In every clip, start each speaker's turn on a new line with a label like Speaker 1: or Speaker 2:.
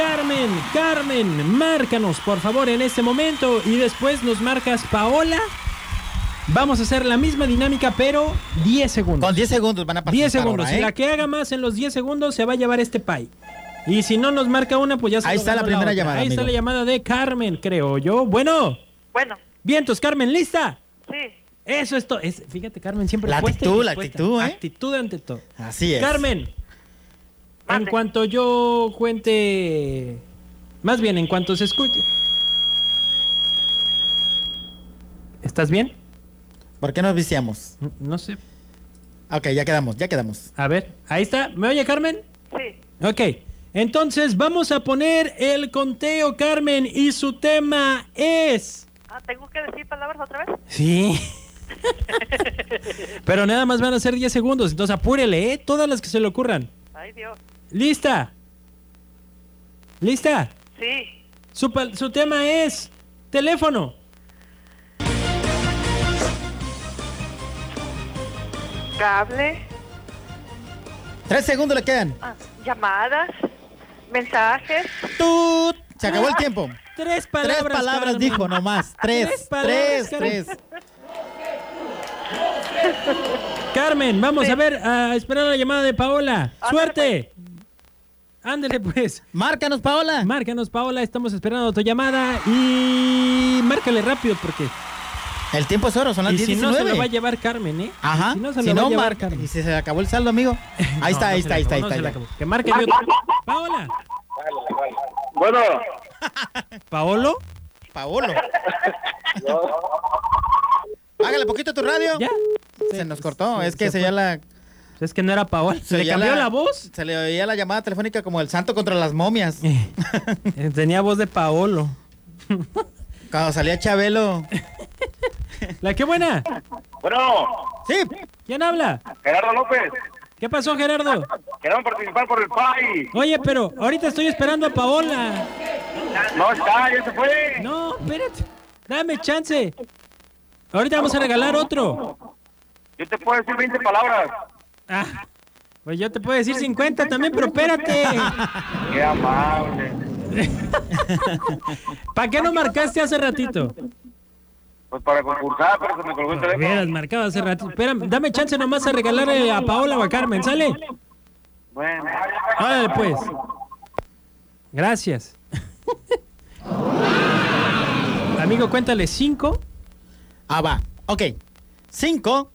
Speaker 1: Carmen, Carmen, márcanos por favor en este momento y después nos marcas Paola. Vamos a hacer la misma dinámica, pero 10 segundos.
Speaker 2: Con 10 segundos van a pasar.
Speaker 1: 10 segundos.
Speaker 2: ahora, ¿eh?
Speaker 1: Y la que haga más en los 10 segundos se va a llevar este pie. Y si no nos marca una, pues ya se
Speaker 2: Ahí
Speaker 1: lo
Speaker 2: está
Speaker 1: ganó
Speaker 2: la primera
Speaker 1: otra.
Speaker 2: llamada,
Speaker 1: Ahí
Speaker 2: amigo.
Speaker 1: está la llamada de Carmen, creo yo. Bueno,
Speaker 3: Bueno,
Speaker 1: vientos, Carmen, ¿lista?
Speaker 3: sí.
Speaker 1: Eso es todo. Es- fíjate, Carmen, siempre
Speaker 2: La
Speaker 1: puesta y
Speaker 2: actitud, la
Speaker 1: dispuesta.
Speaker 2: actitud, ¿eh?
Speaker 1: Actitud ante todo.
Speaker 2: Así es.
Speaker 1: Carmen, en
Speaker 3: Mande.
Speaker 1: cuanto yo cuente. Más bien, en cuanto se escuche. ¿Estás bien?
Speaker 2: ¿Por qué nos viciamos?
Speaker 1: No sé.
Speaker 2: Ok, ya quedamos, ya quedamos.
Speaker 1: A ver, ahí está. ¿Me oye, Carmen?
Speaker 3: Sí.
Speaker 1: Ok. Entonces vamos a poner el conteo, Carmen, y su tema es.
Speaker 3: Ah, ¿Tengo que decir palabras otra vez?
Speaker 1: Sí. Pero nada más van a ser 10 segundos, entonces apúrele, ¿eh? Todas las que se le ocurran.
Speaker 3: Ay, Dios.
Speaker 1: ¿Lista? ¿Lista?
Speaker 3: Sí.
Speaker 1: Su, pa- su tema es teléfono.
Speaker 3: Cable,
Speaker 2: Tres segundos le quedan.
Speaker 3: ah, llamadas, mensajes.
Speaker 2: ¡Tut! Se acabó el tiempo.
Speaker 1: Ah, Tres palabras.
Speaker 2: tres palabras
Speaker 1: Carmen.
Speaker 2: dijo nomás. Tres,
Speaker 1: Tres
Speaker 2: tres,
Speaker 1: palabras, Carmen.
Speaker 2: tres.
Speaker 1: Carmen, vamos
Speaker 3: Sí.
Speaker 1: a ver, a esperar la llamada de Paola.
Speaker 3: Ándale, pues.
Speaker 1: ¡Suerte! Ándele pues.
Speaker 2: Márcanos, Paola.
Speaker 1: Márcanos, Paola, estamos esperando tu llamada y márcale rápido porque
Speaker 2: el tiempo es oro, son las
Speaker 1: y si no se
Speaker 2: 10:19.
Speaker 1: lo va a llevar Carmen, ¿eh?
Speaker 2: Ajá.
Speaker 1: Si no se
Speaker 2: si
Speaker 1: lo va a
Speaker 2: no,
Speaker 1: llevar
Speaker 2: marca.
Speaker 1: Carmen.
Speaker 2: Y si se le acabó el saldo, amigo. Ahí
Speaker 1: No,
Speaker 2: está,
Speaker 1: no
Speaker 2: ahí
Speaker 1: se
Speaker 2: está,
Speaker 1: le
Speaker 2: ahí está, ahí
Speaker 1: acabó, no se le
Speaker 2: está.
Speaker 1: acabó. Que marque de otro. Paola.
Speaker 4: Bueno,
Speaker 1: ¿Paolo?
Speaker 2: Paolo. Hágale poquito tu radio.
Speaker 1: ¿Ya?
Speaker 2: Se nos cortó.
Speaker 1: se-
Speaker 2: es que
Speaker 1: se
Speaker 2: se ya la.
Speaker 1: Es que no era Paola.
Speaker 2: se
Speaker 1: ¿Se le
Speaker 2: ya
Speaker 1: cambió la voz?
Speaker 2: Se le oía la llamada telefónica como el santo contra las momias.
Speaker 1: Eh, Tenía voz de Paolo.
Speaker 2: Cuando salía Chabelo.
Speaker 1: La qué buena.
Speaker 4: bueno,
Speaker 2: Sí.
Speaker 1: ¿Quién habla?
Speaker 4: Gerardo López,
Speaker 1: ¿Qué pasó, Gerardo?
Speaker 4: queremos participar por el PAI.
Speaker 1: Oye, pero ahorita estoy esperando a Paola.
Speaker 4: No está, ya se fue.
Speaker 1: No, espérate. Dame chance. Ahorita vamos a regalar otro.
Speaker 4: Yo te puedo decir 20 palabras.
Speaker 1: Ah, pues yo te puedo decir 50 también, pero espérate.
Speaker 4: Qué amable.
Speaker 1: ¿Para qué no marcaste hace ratito?
Speaker 4: Pues para concursar, pero se me colgó el
Speaker 1: Hubieras
Speaker 4: teléfono.
Speaker 1: marcado hace ratito. Espérame, dame chance nomás a regalarle a Paola o a Carmen, ¿sale?
Speaker 4: Bueno,
Speaker 1: Órale, pues. Gracias. Amigo, cuéntale 5,
Speaker 2: Ah, va. Ok. Cinco.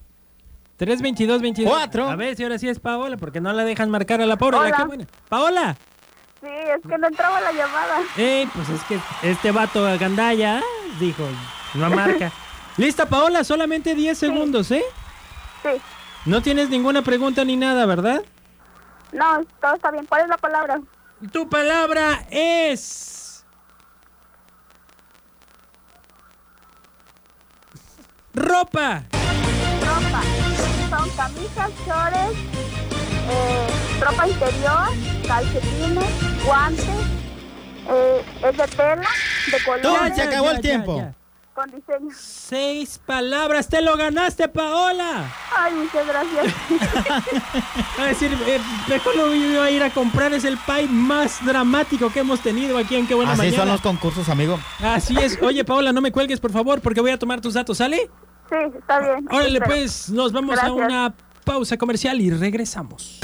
Speaker 1: 3, 22, 22.
Speaker 2: Cuatro.
Speaker 1: A ver si ahora sí es Paola, porque no la dejan marcar a la pobre.
Speaker 5: Hola.
Speaker 1: La que buena. Paola.
Speaker 5: Sí, es que no entraba la llamada.
Speaker 1: Eh, pues es que este vato gandalla dijo, no marca. Lista, Paola, solamente 10 segundos, ¿eh?
Speaker 5: Sí.
Speaker 1: No tienes ninguna pregunta ni nada, ¿verdad?
Speaker 5: No, todo está bien. ¿Cuál es la palabra?
Speaker 1: Tu palabra es. Ropa.
Speaker 5: Ropa. Son camisas, chores, eh, ropa interior, calcetines, guantes. eh, es de tela, de
Speaker 2: Ya,
Speaker 5: colores,
Speaker 2: se acabó el tiempo.
Speaker 5: con diseño.
Speaker 1: Seis palabras, te lo ganaste, Paola.
Speaker 5: Ay, muchas gracias.
Speaker 1: A decir, eh, mejor lo iba a ir a comprar, es el pie más dramático que hemos tenido aquí en Qué Buena
Speaker 2: Así son
Speaker 1: Mañana.
Speaker 2: los concursos, amigo.
Speaker 1: Así es. Oye, Paola, no me cuelgues, por favor, porque voy a tomar tus datos, ¿sale?
Speaker 5: Sí, está bien. Este,
Speaker 1: Órale,
Speaker 5: Espero.
Speaker 1: pues, nos vamos a
Speaker 5: Gracias.
Speaker 1: una pausa comercial y regresamos.